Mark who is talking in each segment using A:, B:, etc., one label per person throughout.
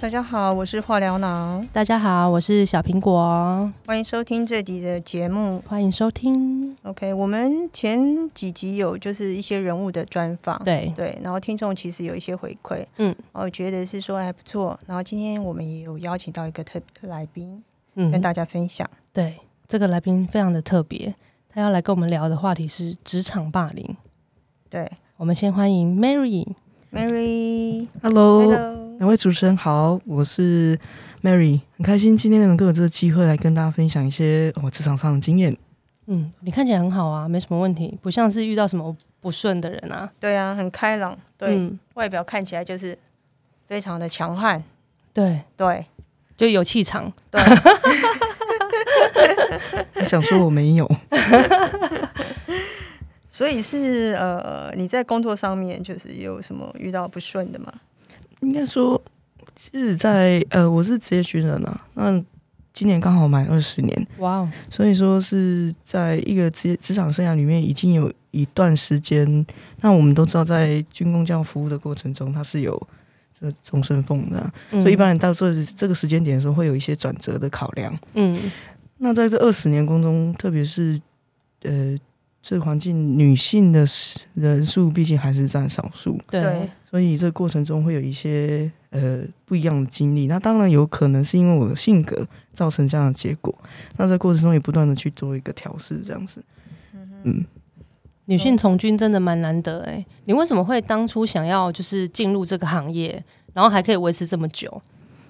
A: 大家好，我是化疗脑，
B: 大家好，我是小苹果，
A: 欢迎收听这集的节目。
B: 欢迎收听。
A: OK，我们前几集有就是一些人物的专访，
B: 对，
A: 对，然后听众其实有一些回馈，
B: 嗯，
A: 我觉得是说还不错。然后今天我们也有邀请到一个特别的来宾跟
B: 嗯，
A: 哎大家分享，
B: 对，这个来宾非常的特别，他要来跟我们聊的话题是职场霸凌。
A: 对
B: 我们先欢迎 Mary。嗯
A: ，Mary，Hello。
B: 哦
C: Hello，
A: Hello
C: 两位主持人好，我是 Mary，很开心今天能够有这个机会来跟大家分享一些我职场上的经验。
B: 嗯，你看起来很好啊，没什么问题，不像是遇到什么不顺的人啊。
A: 对啊，很开朗，对、
B: 嗯，
A: 外表看起来就是非常的强悍，
B: 对，
A: 对
B: 就有气场。
A: 对，
C: 我想说我没有，
A: 所以是呃，你在工作上面就是有什么遇到不顺的吗？
C: 应该说是在呃，我是职业军人啊，那今年刚好满二十年，
B: 哇哦，
C: 所以说是在一个职业职场生涯里面已经有一段时间。那我们都知道，在军工这样服务的过程中，它是有这个终身俸的啊、
B: 嗯
C: 所以一般人到这这个时间点的时候，会有一些转折的考量。
B: 嗯，
C: 那在这二十年当中，特别是呃，这个环境女性的人数毕竟还是占少数，
B: 对，
C: 所以这个过程中会有一些呃不一样的经历。那当然有可能是因为我的性格造成这样的结果。那在过程中也不断的去做一个调试，这样子。嗯，
B: 女性从军真的蛮难得哎、你为什么会当初想要就是进入这个行业，然后还可以维持这么久？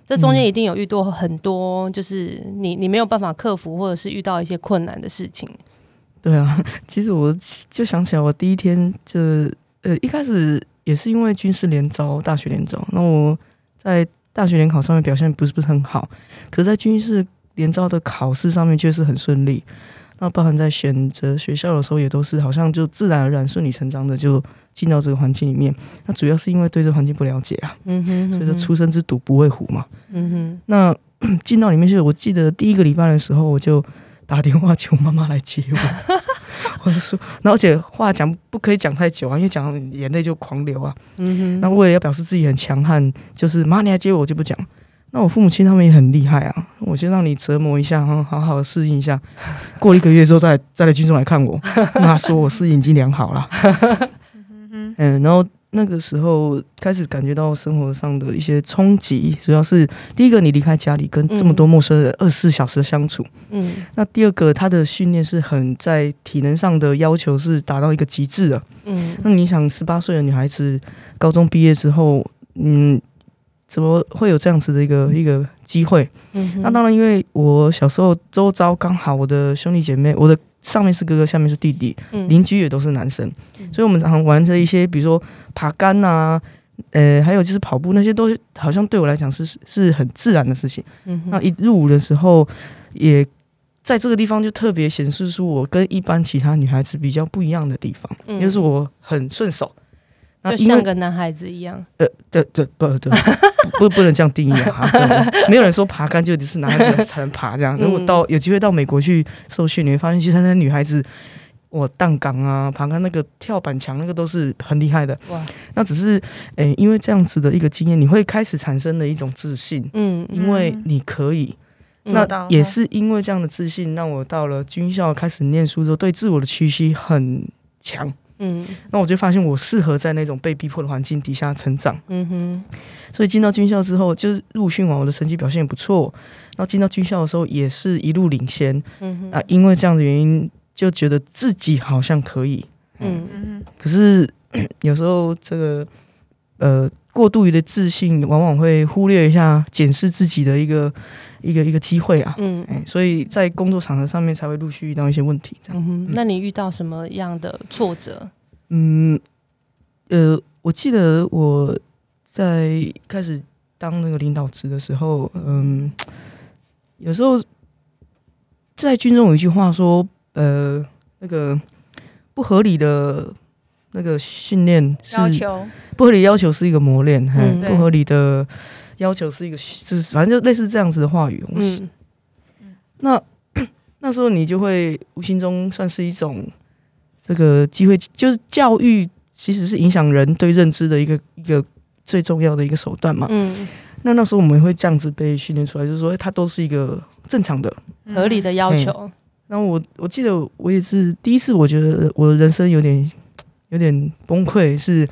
B: 这中间一定有遇到很多，就是你你没有办法克服，或者是遇到一些困难的事情。
C: 对啊， 其实我就想起来，我第一天就呃一开始也是因为军事联招、大学联招，那我在大学联考上面表现不是不是很好，可是在军事联招的考试上面却是很顺利。那包含在选择学校的时候，也都是好像就自然而然、顺理成章的就进到这个环境里面。那主要是因为对这个环境不了解啊，
B: 嗯哼
C: 所以说出生之犊不畏虎嘛。
B: 嗯哼，
C: 那 进到里面去，我记得第一个礼拜的时候，我就打电话求妈妈来接我。我就说，然后而且话讲不可以讲太久啊，因为讲眼泪就狂流啊。
B: 嗯
C: 那
B: 哼，
C: 为了要表示自己很强悍，就是妈你来接我，我就不讲。那我父母亲他们也很厉害啊，我先让你折磨一下，然后好好地适应一下。过了一个月之后再来再来军中来看我，妈说我适应已经良好了。嗯，然后那个时候开始感觉到生活上的一些冲击，主要是第一个你离开家里跟这么多陌生人二十四小时的相处，
B: 嗯
C: 那第二个他的训练是很在体能上的要求是达到一个极致的。
B: 嗯
C: 那你想，十八岁的女孩子高中毕业之后，嗯，怎么会有这样子的一个一个机会？
B: 嗯
C: 那当然，因为我小时候周遭刚好我的兄弟姐妹，我的上面是哥哥，下面是弟弟，
B: 然
C: 邻居也都是男生，所以我们常常玩着一些，比如说爬杆啊。呃，还有就是跑步那些都是好像对我来讲是是很自然的事情。
B: 嗯
C: 那一入伍的时候，也在这个地方就特别显示出我跟一般其他女孩子比较不一样的地方。
B: 嗯
C: 就是我很顺手。那
B: 就
C: 因
B: 像
C: 为
B: 个男孩子一样，
C: 呃，对对不对， 不不能这样定义啊！对没有人说爬杆就只是男孩子才能 爬这样。
B: 嗯
C: 如果到有机会到美国去受训，你会发现其实那些女孩子，我荡岗啊、爬杆那个跳板墙那个都是很厉害的。
B: 哇，
C: 那只是诶、因为这样子的一个经验，你会开始产生的一种自信，
B: 嗯，
C: 因为你可以。那
A: 做到
C: 也
A: 嗯
C: 是因为这样的自信，让我到了军校开始念书之后，对自我的驱息很强。
B: 嗯
C: 那我就发现我适合在那种被逼迫的环境底下成长，
B: 嗯哼，
C: 所以进到军校之后，就是入训完我的成绩表现也不错，然后进到军校的时候也是一路领先
B: 嗯哼，
C: 啊，因为这样的原因就觉得自己好像可以，
B: 嗯
A: 嗯
C: 可是 有时候这个呃过度于的自信，往往会忽略一下检视自己的一个一个一个机会啊，
B: 嗯
C: 哎，所以在工作场合上面才会陆续遇到一些问题，这样。
B: 嗯哼，那你遇到什么样的挫折？
C: 嗯，
A: 嗯
C: 呃，我记得我在开始当那个领导职的时候，嗯，有时候在军中有一句话说，呃，那个不合理的那个训练是
A: 要求，
C: 不合理要求是一个磨练，
B: 嗯
C: 嗯，
A: 对
C: 不合理的要求是一个，就是反正就类似这样子的话语。我
B: 嗯
C: 那 那时候你就会无形中算是一种这个机会，就是教育其实是影响人对认知的一个一个最重要的一个手段嘛。
B: 嗯，
C: 那那时候我们会这样子被训练出来，就是说，哎，它都是一个正常的。
B: 合理的要求，
C: 然后我我记得我也是第一次，我觉得我的人生有点有点崩溃，是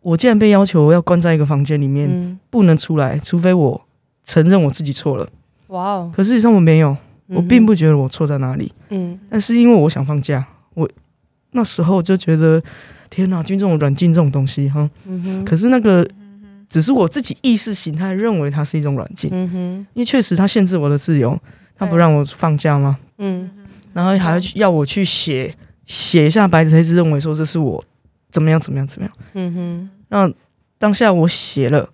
C: 我竟然被要求要关在一个房间里面，
B: 嗯，
C: 不能出来，除非我承认我自己错了。
B: 哇哦，
C: 可事实上我没有，我并
B: 不，
C: 不觉得我错在哪里，
B: 嗯
C: 但是因为我想放假，我那时候就觉得天哪，军这种软禁这种东西哈，
B: 嗯哼，
C: 可是那个只是我自己意识形态认为它是一种软禁，
B: 嗯哼，
C: 因为确实它限制我的自由，它不
A: 对
C: 让我放假吗？
B: 嗯
C: 然后还要去要我去写写一下白纸黑字，认为说这是我怎么样怎么样怎么样。
B: 嗯哼，
C: 那当下我写了，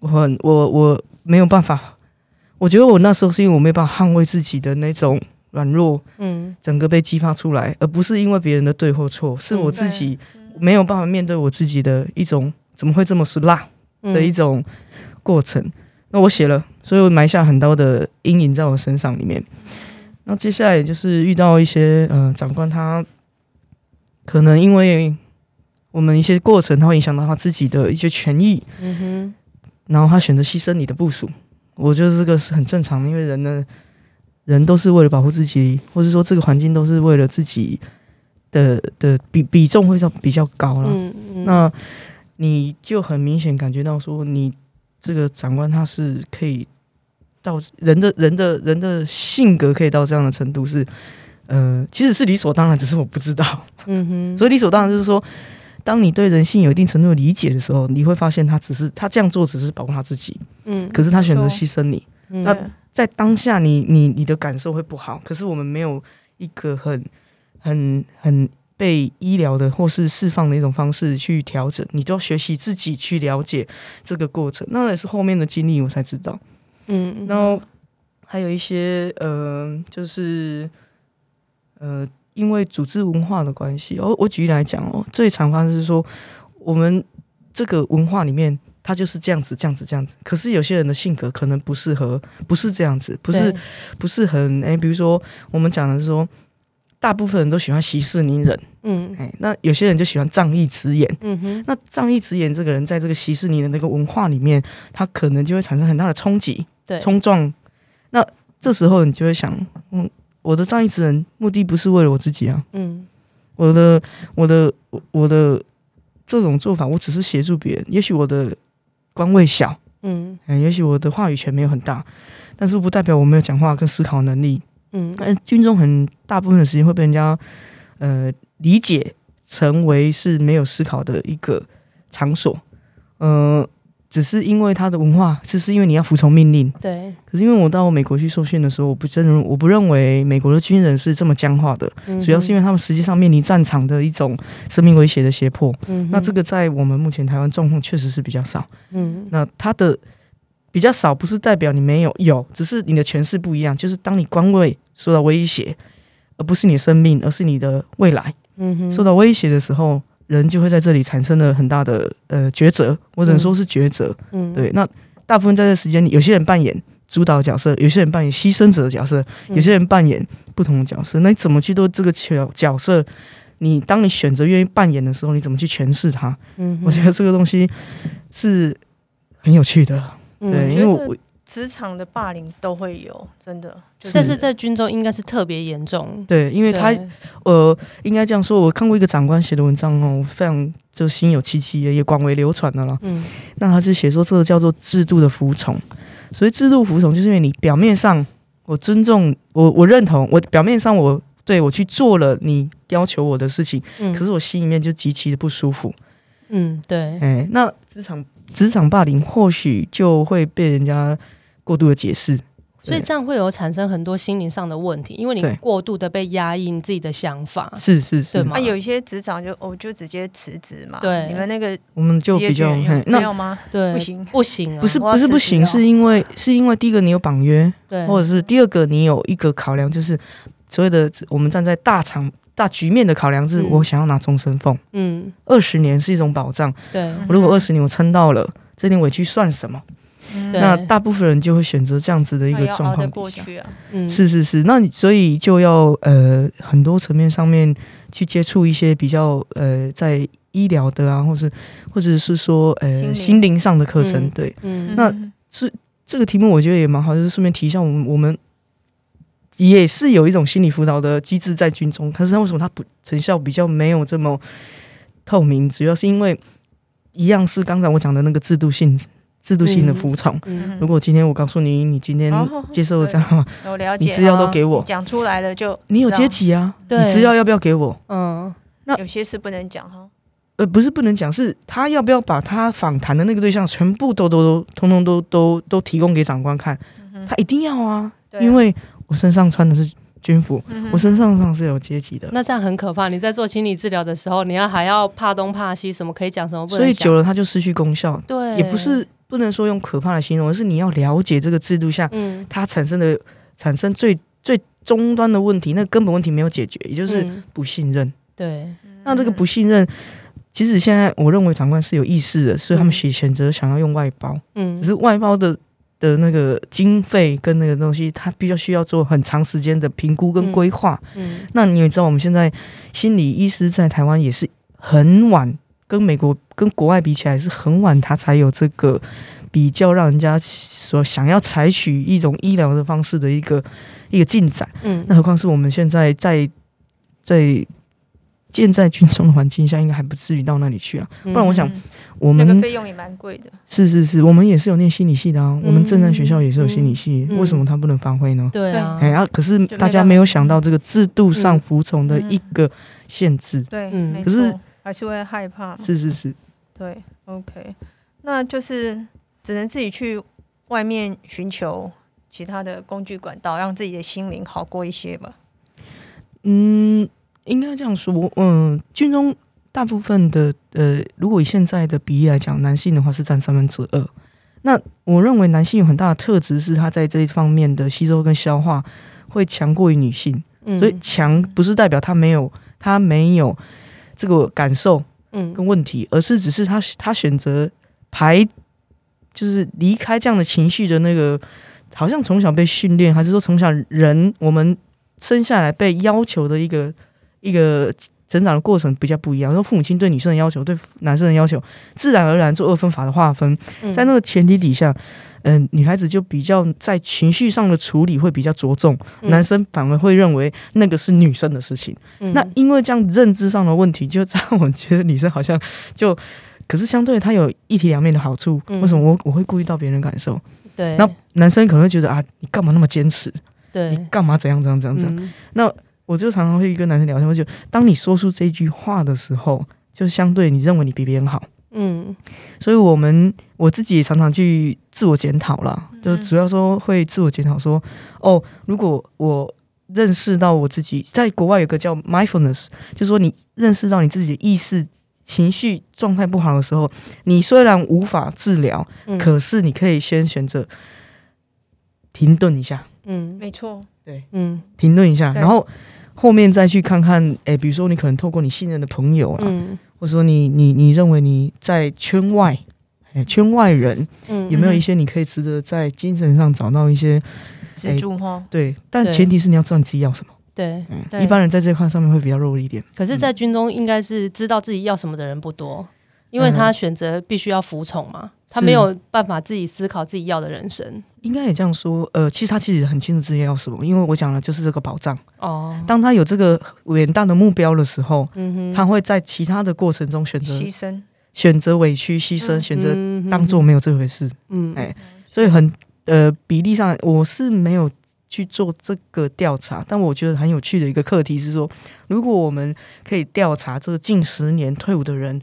C: 我很我我没有办法，我觉得我那时候是因为我没办法捍卫自己的那种软弱，
B: 嗯
C: 整个被激发出来，而不是因为别人的对或错，是我自己没有办法面对我自己的一种怎么会这么俗辣
B: 嗯
C: 的一种过程。那我写了，所以我埋下很多的阴影在我身上里面。那接下来就是遇到一些呃长官，他可能因为我们一些过程，他会影响到他自己的一些权益，
B: 嗯哼，
C: 然后他选择牺牲你的部署。我觉得这个是很正常的，因为人呢，人都是为了保护自己，或是说这个环境都是为了自己的的比比重会上比较高啦。
B: 嗯嗯，
C: 那你就很明显感觉到说，你这个长官他是可以到人的人的人的性格可以到这样的程度是，呃，其实是理所当然，只是我不知道。
B: 嗯哼，
C: 所以理所当然就是说，当你对人性有一定程度的理解的时候，你会发现他只是他这样做只是保护他自己，
B: 嗯，
C: 可是他选择
A: 没错
C: 牺牲你，
B: 嗯
C: 那在当下你你你的感受会不好，可是我们没有一个很很很被医疗的或是释放的一种方式去调整，你就要学习自己去了解这个过程。那也是后面的经历我才知道。
B: 嗯，
C: 然后还有一些呃，就是呃，因为组织文化的关系，哦，我举例来讲哦，最常发生是说我们这个文化里面。它就是这样子，这样子，这样子。可是有些人的性格可能不适合，不是这样子，不是
B: 对
C: 不是很哎、比如说我们讲的是说，大部分人都喜欢息事宁人，
B: 嗯
C: 哎、那有些人就喜欢仗义直言。
B: 嗯哼，
C: 那仗义直言这个人，在这个息事宁人的一个文化里面，他可能就会产生很大的冲击、
B: 对，
C: 冲撞。那这时候你就会想，嗯，我的仗义直人目的不是为了我自己啊，
B: 嗯
C: 我的我的我我的这种做法，我只是协助别人。也许我的官位小，
B: 嗯
C: 嗯、也许我的话语权没有很大，但是不代表我没有讲话跟思考能力。
B: 嗯
C: 呃，军中很大部分的时间会被人家呃理解成为是没有思考的一个场所，呃，只是因为他的文化，就是因为你要服从命令。
B: 对，
C: 可是因为我到美国去受训的时候，我不真我不认为美国的军人是这么僵化
B: 嗯
C: 的，主要是因为他们实际上面临战场的一种生命威胁的胁迫。
B: 为
C: 那这个在我们目前台湾状况确实是比较少。
B: 嗯
C: 那他的比较少，不是代表你没有有，只是你的诠释不一样。就是当你官位受到威胁，而不是你的生命，而是你的未来
B: 嗯哼
C: 受到威胁的时候，人就会在这里产生了很大的呃抉择，或者说是抉择。
B: 嗯
C: 对，那大部分在这时间里，有些人扮演主导角色，有些人扮演牺牲者的角色，
B: 嗯
C: 有些人扮演不同的角色。那你怎么去做这个角角色？你当你选择愿意扮演的时候，你怎么去诠释它？
B: 嗯
C: 我觉得这个东西是很有趣的。
B: 得
C: 对，
A: 我
C: 因
A: 觉
C: 为
A: 得
C: 我
A: 职场的霸凌都会有，真的。就是
B: 但是在军中应该是特别严重，
C: 对，因为他
B: 对
C: 呃，应该这样说，我看过一个长官写的文章哦，我非常就心有戚戚，也广为流传的了啦。
B: 嗯
C: 那他就写说，这个叫做制度的服从。所以制度服从，就是因为你表面上我尊重我，我认同我表面上我对我去做了你要求我的事情，
B: 嗯，
C: 可是我心里面就极其的不舒服。
B: 嗯对，
C: 哎、那职场职场霸凌或许就会被人家过度的解释。
B: 所以这样会有产生很多心灵上的问题，因为你
C: 对
B: 过度的被压抑你自己的想法，
C: 是是
B: 对
C: 是，
B: 吗
A: 啊，？有一些职场就我就直接辞职嘛。
B: 对
A: 你们那个
C: 我们就
A: 职业
C: 比较
A: 军人
C: 嘿
A: 有
C: 那
A: 没有吗？
B: 对，
A: 不行
B: 不行啊，
C: 不是
A: 我要
C: 不是不
A: 辞职
C: 行，
A: 哦
C: 是因为是因为第一个你有绑约，
B: 对，
C: 或者是第二个你有一个考量，就是所谓的我们站在大场大局面的考量是，
B: 嗯
C: 我想要拿终身俸，
B: 嗯
C: 二十年是一种保障。
B: 对
A: 嗯
C: 我如果二十年我撑到了，这点委屈算什么？
A: 嗯
B: 对
C: 那大部分人就会选择这样子的一
A: 那
C: 个
A: 要
C: 状
A: 熬得
C: 况
A: 过
C: 底下。
A: 去啊。
B: 嗯
C: 是是是，那你所以就要呃很多层面上面去接触一些比较呃在医疗的啊，或是或者是说
A: 心
C: 呃
A: 灵
C: 心灵上的课程，
B: 嗯
C: 对
B: 嗯
C: 那
A: 嗯
C: 这个题目我觉得也蛮好，就是顺便提一下，我们我们也是有一种心理辅导的机制在军中，可是它为什么它不成效比较没有这么透明？主要是因为一样是刚才我讲的那个制度性制度性的服从。
B: 嗯
C: 如果今天我告诉你，你今天
A: 哦
C: 接受了这样，
A: 我了
C: 你
A: 解
C: 资，料都给
A: 你
C: 我，
A: 讲出来了就
C: 你有阶级啊，你
B: 对
C: 资料要不要给我？
B: 嗯
A: 有些事不能讲哈。
C: 呃，不是不能讲，是他要不要把他访谈的那个对象全部都都都通通都都都提供给长官看？他一定要啊，
A: 对啊
C: 因为我身上穿的是军服，
A: 嗯哼
C: 我身上上是有阶级的，
B: 那这样很可怕。你在做心理治疗的时候，你要还要怕东怕西，什么可以讲，什么不
C: 所以
B: 能
C: 久
B: 讲。
C: 了他就失去功效。
B: 对，
C: 也不是不能说用可怕的形容，而是你要了解这个制度下
B: 嗯，
C: 它产生的产生最最终端的问题，那根本问题没有解决，也就
B: 就是
C: 不信任。
B: 嗯对，
A: 嗯
C: 那这个不信任，其实现在我认为长官是有意识的，所以他们
B: 嗯
C: 选选择想要用外包。
B: 嗯
C: 只是外包的的那个经费跟那个东西，它必须需要做很长时间的评估跟规划。
B: 嗯
C: 那你也知道，我们现在心理医师在台湾也是很晚，跟美国跟国外比起来是很晚，他才有这个比较让人家所想要采取一种医疗的方式的一个一个进展。
B: 嗯
C: 那何况是我们现在在在现在军中的环境下，应该还不至于到那里去啊。
B: 嗯，
C: 不然我想
A: 嗯
C: 我
A: 那
C: 们
A: 个费用也蛮贵的，
C: 是是是，我们也是有念心理系的啊，
B: 嗯
C: 我们正在学校也是有心理系，
B: 嗯
C: 为什么他不能发挥呢？
B: 对啊，
C: 哎呀、啊可是
A: 嗯就没
C: 大家
A: 办法嗯
C: 没有想到这个制度上服从的一个限制。
A: 对，
B: 嗯
A: 没
C: 可是
A: 错还是会害怕嘛。
C: 是是是，
A: 对，OK，那就是只能自己去外面寻求其他的工具管道，让自己的心灵好过一些吧。
C: 嗯，应该这样说，嗯，军中大部分的呃，如果以现在的比例来讲，男性的话是占三分之二。那我认为男性有很大的特质是他在这一方面的吸收跟消化会强过于女性，
B: 嗯
C: 所以强不是代表他没有他没有这个感受，
B: 嗯
C: 跟问题，而是只是他他选择排，就是离开这样的情绪的那个，好像从小被训练，还是说从小人我们生下来被要求的一个一个成长的过程比较不一样。说父母亲对女生的要求，对男生的要求，自然而然做二分法的划分，
B: 嗯
C: 在那个前提底下，嗯、女孩子就比较在情绪上的处理会比较着重，
B: 嗯
C: 男生反而会认为那个是女生的事情。
B: 嗯
C: 那因为这样认知上的问题，就让我觉得女生好像就，可是相对它有一体两面的好处。
B: 嗯
C: 为什么我我会顾虑到别人的感受？
B: 对，
C: 那男生可能会觉得啊，你干嘛那么坚持？
B: 对
C: 你干嘛怎样怎样怎样怎样？
B: 嗯
C: 我就常常会跟男生聊天，我就当你说出这句话的时候，就相对你认为你比别人好。
B: 嗯
C: 所以我们我自己也常常去自我检讨啦，
B: 嗯
C: 就主要说会自我检讨说，哦，如果我认识到我自己，在国外有个叫 mindfulness，就说你认识到你自己的意识、情绪状态不好的时候，你虽然无法治疗，
B: 嗯
C: 可是你可以先选择停顿一下，
B: 嗯
A: 没错，
B: 嗯
C: 停顿一下，
A: 对
C: 然后后面再去看看，诶，比如说你可能透过你信任的朋友啊，
B: 嗯
C: 或者说你你你认为你在圈外，诶，圈外人。
B: 嗯
C: 有没有
A: 嗯
C: 一些你可以值得在精神上找到一些
B: 哎
A: 止住哈。
C: 对？但
B: 对
C: 前提是你要知道你自己要什么。
B: 对？
A: 对
C: 嗯，一般人嗯在这块上面会比较弱一点。
B: 可是，在军中应该是知道自己要什么的人不多，因
C: 嗯
B: 为他选择必须要服从嘛，他没有办法自己思考自己要的人生。
C: 应该也这样说，呃，其实他其实很清楚自己要什么，因为我讲的就是这个保障。
B: 哦，
C: 当他有这个远大的目标的时候，
B: 嗯
C: 他会在其他的过程中选择
A: 牺牲，
C: 选择委屈、牺牲，
A: 嗯
C: 选择
B: 嗯
C: 当做没有这回事。
B: 嗯
C: 哎所以很呃比例上，我是没有去做这个调查，但我觉得很有趣的一个课题是说，如果我们可以调查这近十年退伍的人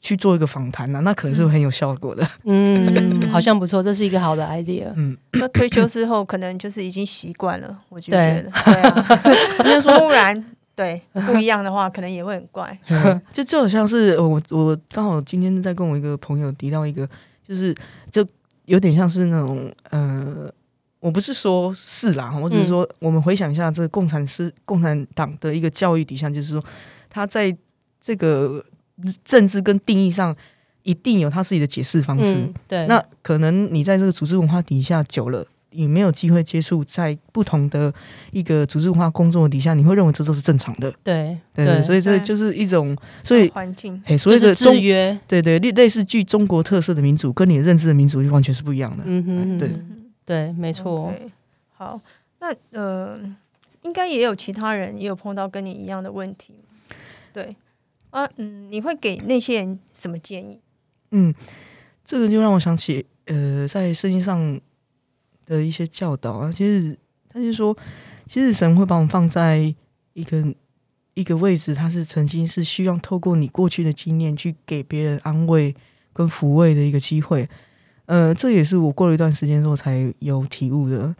C: 去做一个访谈呢、啊那可能是很有效果的。
B: 嗯，好像不错，这是一个好的 idea。
C: 嗯，
A: 那退休之后可能就是已经习惯了，我就
B: 对
A: 觉得，对啊，因为突然对不一样的话，可能也会很 怪。
C: 就就好像是呃我我刚好今天在跟我一个朋友提到一个，就是就有点像是那种呃。我不是说是啦，我只是说，我们回想一下这个共产思共产党的一个教育底下，就是说，他在这个政治跟定义上，一定有他自己的解释方式。
B: 嗯，对，
C: 那可能你在这个组织文化底下久了，也没有机会接触，在不同的一个组织文化工作底下，你会认为这都是正常的。
B: 对
C: 对，所以这
A: 对哦
C: 就是一种，所以
A: 环境
C: 嘿，所
B: 就
C: 以
B: 是
C: 的
B: 制
C: 中
B: 约，
C: 对对类类似具中国特色的民主，跟你认知的民主就完全是不一样的。
B: 嗯哼，
C: 对
B: 嗯对，没错，
A: OK，好，那呃，应该也有其他人也有碰到跟你一样的问题，对啊，嗯，你会给那些人什么建议？
C: 嗯，这个就让我想起，呃，在圣经上的一些教导啊，其实他就说，其实神会把我们放在一个一个位置，他是曾经是希望透过你过去的经验去给别人安慰跟抚慰的一个机会。呃，这也是我过了一段时间之后才有体悟的。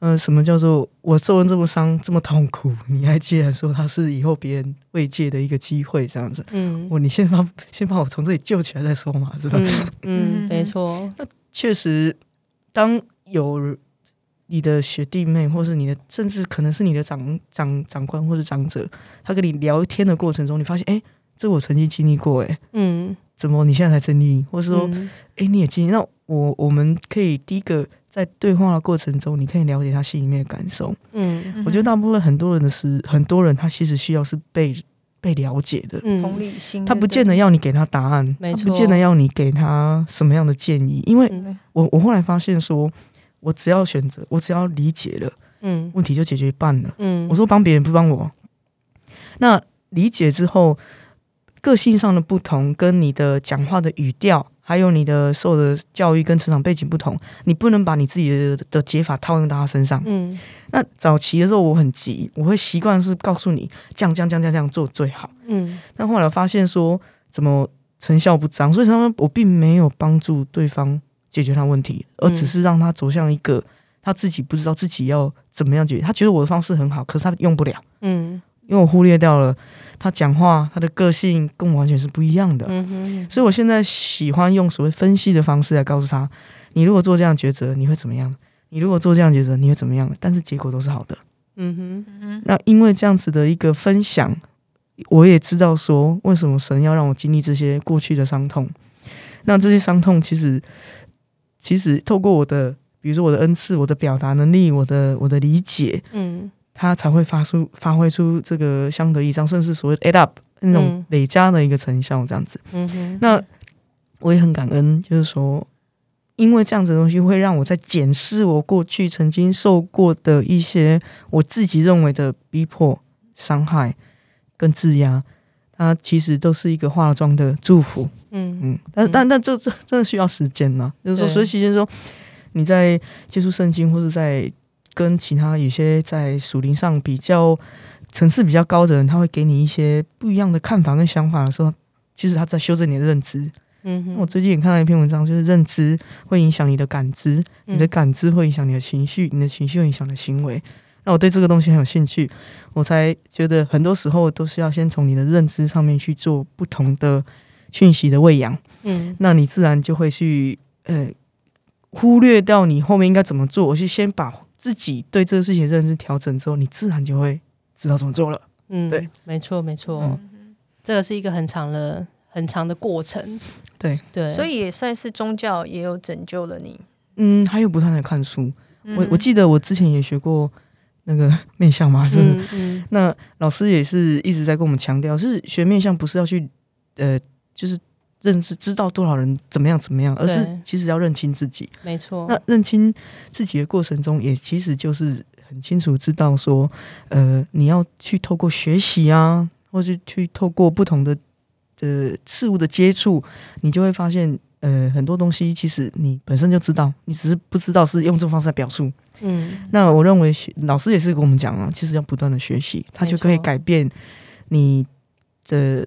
C: 呃，什么叫做我受人这么伤，这么痛苦，你还竟然说他是以后别人慰藉的一个机会，这样子？
B: 嗯
C: 我你先把先把我从这里救起来再说嘛，是吧？
B: 嗯嗯，
A: 嗯
B: 没错，
C: 确实，当有你的学弟妹，或是你的，甚至可能是你的长长长官或是长者，他跟你聊天的过程中，你发现，哎、这我曾经经历过、诶哎，
B: 嗯，
C: 怎么你现在才经历？或是说，哎、
B: 嗯
C: 你也经历？那我我们可以第一个在对话的过程中，你可以了解他心里面的感受。
B: 嗯
C: 我觉得大部分很多人的是，很多人他其实需要是被被了解的。
A: 嗯哼
B: 嗯
A: 同，理心，
C: 他不见得
A: 要，
C: 要你给他答案，
B: 没
C: 他
B: 错
C: 不见得要你给他什么样的建议，因为
B: 嗯
C: 我我后来发现说，我只要选择，我只要理解了，
B: 嗯
C: 问题就解决一半了。
B: 嗯，
C: 我说帮别人不帮我，那理解之后，个性上的不同，跟你的讲话的语调，还有你的受的教育跟成长背景不同，你不能把你自己的的解法套用到他身上。
B: 嗯
C: 那早期的时候我很急，我会习惯是告诉你这样这样这样这样这样做最好，
B: 嗯
C: 但后来我发现说怎么成效不彰，所以他们我并没有帮助对方解决他问题，而
B: 嗯
C: 只是让他走向一个他自己不知道自己要怎么样解决。他觉得我的方式很好，可是他用不了，
B: 嗯
C: 因为我忽略掉了他讲话他的个性跟我完全是不一样的。
B: 嗯哼，
C: 所以我现在喜欢用所谓分析的方式来告诉他：你如果做这样的抉择，你会怎么样？你如果做这样的抉择，你会怎么样？但是结果都是好的。
B: 嗯哼，
A: 嗯
C: 那因为这样子的一个分享，我也知道说为什么神要让我经历这些过去的伤痛。那这些伤痛其实，其实透过我的，比如说我的恩赐、我的表达能力、我的我的理解，
B: 嗯
C: 它才会发出发挥出这个相得益彰，甚至所谓的 add up 那种
B: 嗯
C: 累加的一个成效，这样子。
B: 嗯哼，
C: 那我也很感恩，就是说，因为这样子的东西会让我在检视我过去曾经受过的一些我自己认为的逼迫、伤害跟质押，它其实都是一个化妆的祝福。
B: 嗯
C: 嗯，但
B: 嗯
C: 但但这这真的需要时间呐、就是说，
B: 对
C: 所以期间说你在接触圣经，或是在跟其他有些在属灵上比较层次比较高的人，他会给你一些不一样的看法跟想法的时候，其实他在修正你的认知。
B: 嗯哼，
C: 我最近也看到一篇文章，就是认知会影响你的感知，你的
B: 嗯
C: 感知会影响你的情绪，你的情绪会影响你的行为。那我对这个东西很有兴趣，我才觉得很多时候都是要先从你的认知上面去做不同的讯息的喂养。
B: 嗯
C: 那你自然就会去呃忽略掉你后面应该怎么做，我是先把自己对这个事情的认知调整之后，你自然就会知道怎么做了。
B: 嗯，
C: 对，
B: 没错没错，
A: 嗯
B: 这个是一个很长的很长的过程，
C: 对
B: 对，
A: 所以也算是宗教也有拯救了你。
C: 嗯，还有不断的看书，我我
A: 嗯
C: 记得我之前也学过那个 面相嘛，真的。
B: 嗯嗯
C: 那老师也是一直在跟我们强调，是学面相不是要去呃，就是认识知道多少人怎么样怎么样，而是
B: 对
C: 其实要认清自己。
B: 没错，
C: 那认清自己的过程中，也其实就是很清楚知道说，呃，你要去透过学习啊，或是去透过不同的呃事物的接触，你就会发现，呃，很多东西其实你本身就知道，你只是不知道是用这种方式来表述。
B: 嗯
C: 那我认为学老师也是跟我们讲啊，其实要不断的学习，他就可
B: 没
C: 以
B: 错
C: 改变你的，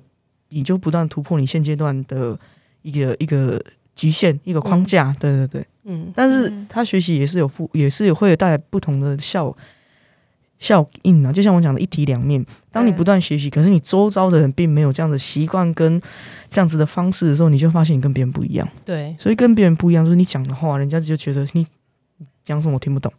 C: 你就不断突破你现阶段的一个一个局限，一个框架。对对对。
B: 嗯
C: 但是
A: 嗯
C: 他学习也是有负，也是有会有带来不同的效效应啊。就像我讲的，一体两面。当你
A: 对
C: 不断学习，可是你周遭的人并没有这样的习惯跟这样子的方式的时候，你就发现你跟别人不一样。
B: 对，
C: 所以跟别人不一样，就是你讲的话，人家就觉得你你讲什么我听不懂。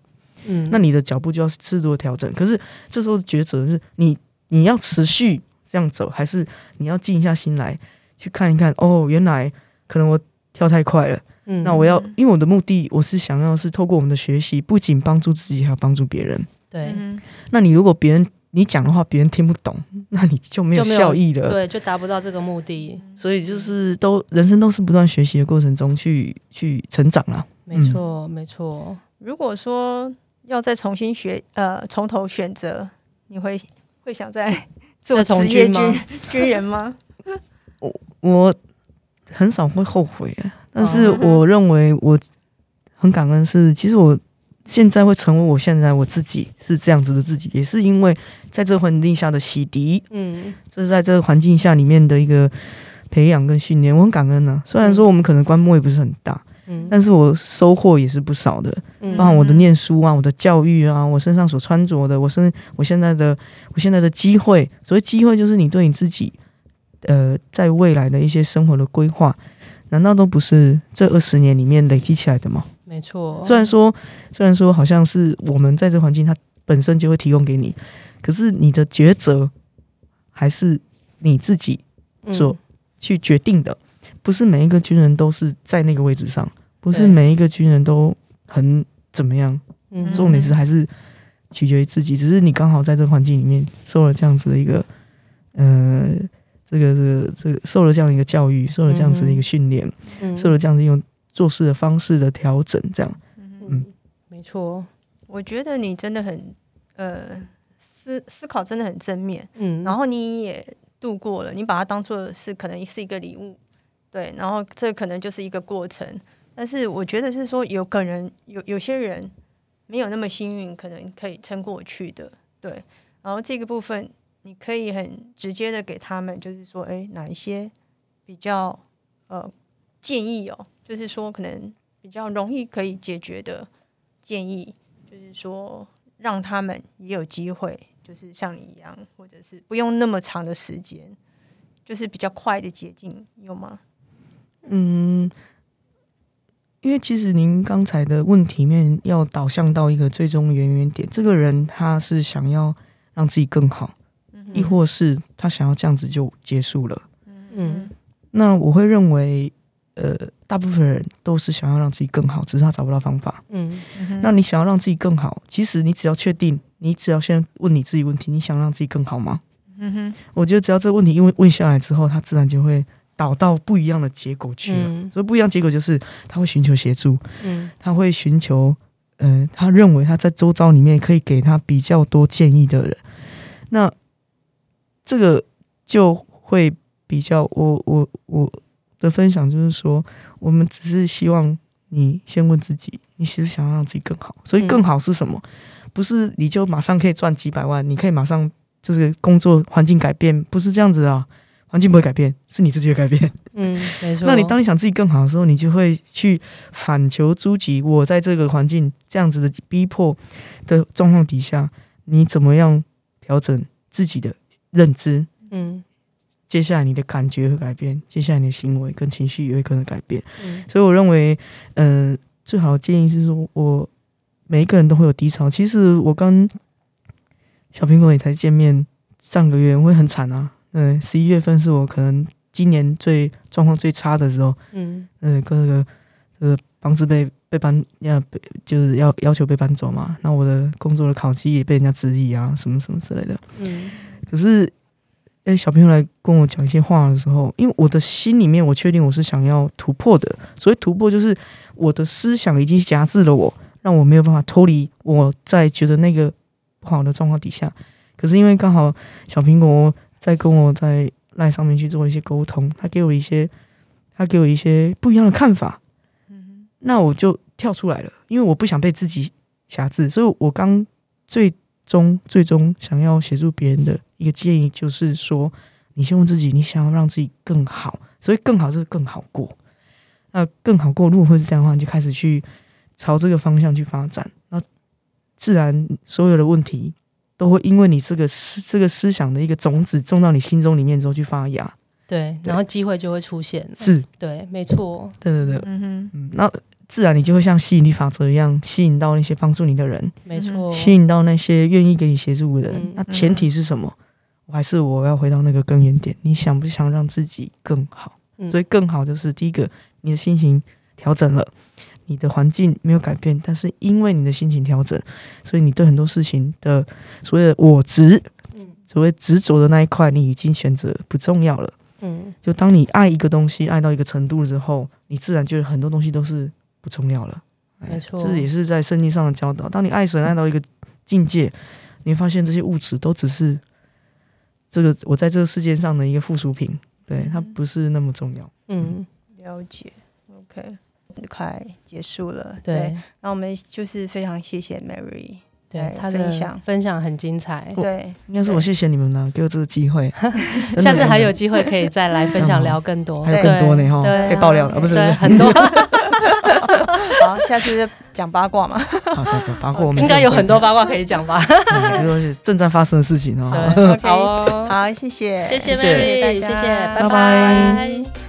B: 嗯，
C: 那你的脚步就要适度的调整。可是这时候抉择是你你要持续这样走，还是你要静下心来去看一看？哦，原来可能我跳太快了，
B: 嗯
C: 那我要，因为我的目的，我是想要是透过我们的学习，不仅帮助自己，还要帮助别人。
B: 对
A: 嗯
C: 那你如果别人你讲的话，别人听不懂，那你就没有
B: 就没有
C: 效益了。
B: 对，就达不到这个目的，
C: 所以就是都人生都是不断学习的过程中去去成长啦。
B: 没错，
C: 嗯
B: 没错。
A: 如果说要再重新学，呃，从头选择，你会会想再做
B: 再从
A: 职业
B: 军吗
A: 军军人吗？
C: 我很少会后悔、啊，但是
A: 哦
C: 我认为我很感恩是，其实我现在会成为我现在我自己是这样子的自己，也是因为在这个环境下的洗涤，
B: 嗯，
C: 这是在这个环境下里面的一个培养跟训练，我很感恩啊。虽然说我们可能观摩也不是很大，
B: 嗯
C: 但是我收获也是不少的，
B: 嗯
C: 包含我的念书啊、我的教育啊、我身上所穿着的、我身我现在的我现在的机会。所谓机会，就是你对你自己，呃，在未来的一些生活的规划，难道都不是这二十年里面累积起来的吗？
B: 没错，
C: 虽然说，虽然说好像是我们在这环境它本身就会提供给你，可是你的抉择还是你自己
B: 嗯
C: 做去决定的，不是每一个军人都是在那个位置上，不是
B: 对
C: 每一个军人都很怎么样。
B: 嗯
C: 重点是还是取决于自己，只是你刚好在这个环境里面受了这样子的一个，呃，这个这个这个受了这样的一个教育，受了这样子的一个训练，
B: 嗯
C: 受了这样子一种做事的方式的调整，这样
B: 嗯，没错，
A: 我觉得你真的很，呃，思思考真的很正面，
B: 嗯，
A: 然后你也度过了，你把它当做是可能是一个礼物，对，然后这可能就是一个过程。但是我觉得是说，有可能有有些人没有那么幸运，可能可以撑过去的，对。然后这个部分你可以很直接的给他们，就是说，诶，哪一些比较呃建议哦，就是说可能比较容易可以解决的建议，就是说让他们也有机会，就是像你一样，或者是不用那么长的时间，就是比较快的捷径，有吗？
C: 嗯。因为其实您刚才的问题面要导向到一个最终原原点，这个人他是想要让自己更好，
A: 嗯
C: 亦或是他想要这样子就结束了。
B: 嗯
C: 那我会认为，呃，大部分人都是想要让自己更好，只是他找不到方法。
B: 嗯
A: 嗯
C: 那你想要让自己更好，其实你只要确定，你只要先问你自己问题：你想让自己更好吗？
A: 嗯哼，
C: 我觉得只要这个问题因为问下来之后，他自然就会导到不一样的结果去了。
B: 嗯
C: 所以不一样结果就是他会寻求协助，
B: 嗯
C: 他会寻求，呃，他认为他在周遭里面可以给他比较多建议的人，那这个就会比较，我我我的分享就是说，我们只是希望你先问自己，你是不是想要让自己更好？所以
B: 嗯
C: 更好是什么？不是你就马上可以赚几百万，你可以马上就是工作环境改变，不是这样子啊。环境不会改变，是你自己会改变。
B: 嗯，没错。
C: 哦 那你当你想自己更好的时候，你就会去反求诸己。我在这个环境这样子的逼迫的状况底下，你怎么样调整自己的认知？
B: 嗯
C: 接下来你的感觉会改变，接下来你的行为跟情绪也会跟着改变。
B: 嗯
C: 所以我认为，嗯、最好的建议是说，我每一个人都会有低潮。其实我跟小苹果也才见面，上个月我会很惨啊。嗯、十一月份是我可能今年最状况最差的时候。
B: 嗯
C: 呃，各个呃房子被被搬要被就是要要求被搬走嘛，那我的工作的考绩也被人家质疑啊，什么什么之类的。
B: 嗯
C: 可是，呃，小朋友来跟我讲一些话的时候，因为我的心里面我确定我是想要突破的，所谓突破就是我的思想已经辖制了我，让我没有办法脱离我在觉得那个不好的状况底下。可是因为刚好小苹果在跟我在赖上面去做一些沟通，他给我一些他给我一些不一样的看法，
A: 嗯
C: 那我就跳出来了，因为我不想被自己辖制，所以我刚最终最终想要协助别人的一个建议就是说，你先问自己，你想要让自己更好，所以更好是更好过。那更好过，如果会是这样的话，你就开始去朝这个方向去发展，那自然所有的问题都会因为你这个思这个思想的一个种子种到你心中里面之后去发芽。
B: 对，然后机会就会出现。
C: 是，
B: 对，没错。
C: 对对对，
A: 哼，嗯
C: 嗯，那自然你就会像吸引力法则一样，吸引到那些帮助你的人。
B: 没错，
C: 吸引到那些愿意给你协助的人。
B: 哦嗯
C: 那前提是什么？我还是我要回到那个根源点，你想不想让自己更好？
B: 嗯
C: 所以更好就是第一个，你的心情调整了，你的环境没有改变，但是因为你的心情调整，所以你对很多事情的所谓的我执，
B: 嗯
C: 所谓执着的那一块，你已经选择不重要了。
B: 嗯
C: 就当你爱一个东西爱到一个程度之后，你自然就很多东西都是不重要了。哎
B: 没错
C: 这也是在圣经上的教导。当你爱神爱到一个境界，你会发现这些物质都只是这个我在这个世界上的一个附属品，对它不是那么重要。
B: 嗯，
A: 了解，OK，快结束了。
B: 对
A: 那我们就是非常谢谢 Mary，
B: 对
C: 哎
A: 对，
B: 他
A: 分
B: 的
A: 享
B: 分享很精彩，
A: 对，
C: 应该是我谢谢你们呢，给我这个机 会。
B: 下次还有
C: 真的
B: 机会可以再来分享聊更多，
C: 还有更多呢哈，
B: 对
C: 可以爆料的，啊不是不
B: 对
C: 是，
B: 很多，
A: 好，下次再讲八卦 嘛。
C: 好，讲讲八卦，我们
B: 应该有很多八卦可以讲吧？
C: 对，就是正在发生的事情哦。
B: 对，
A: OK
B: 好哦，
A: 好，谢谢，
B: 谢谢
C: 谢
B: Mary，谢
A: 大
B: 谢，
A: 家
B: 拜拜
C: 拜拜。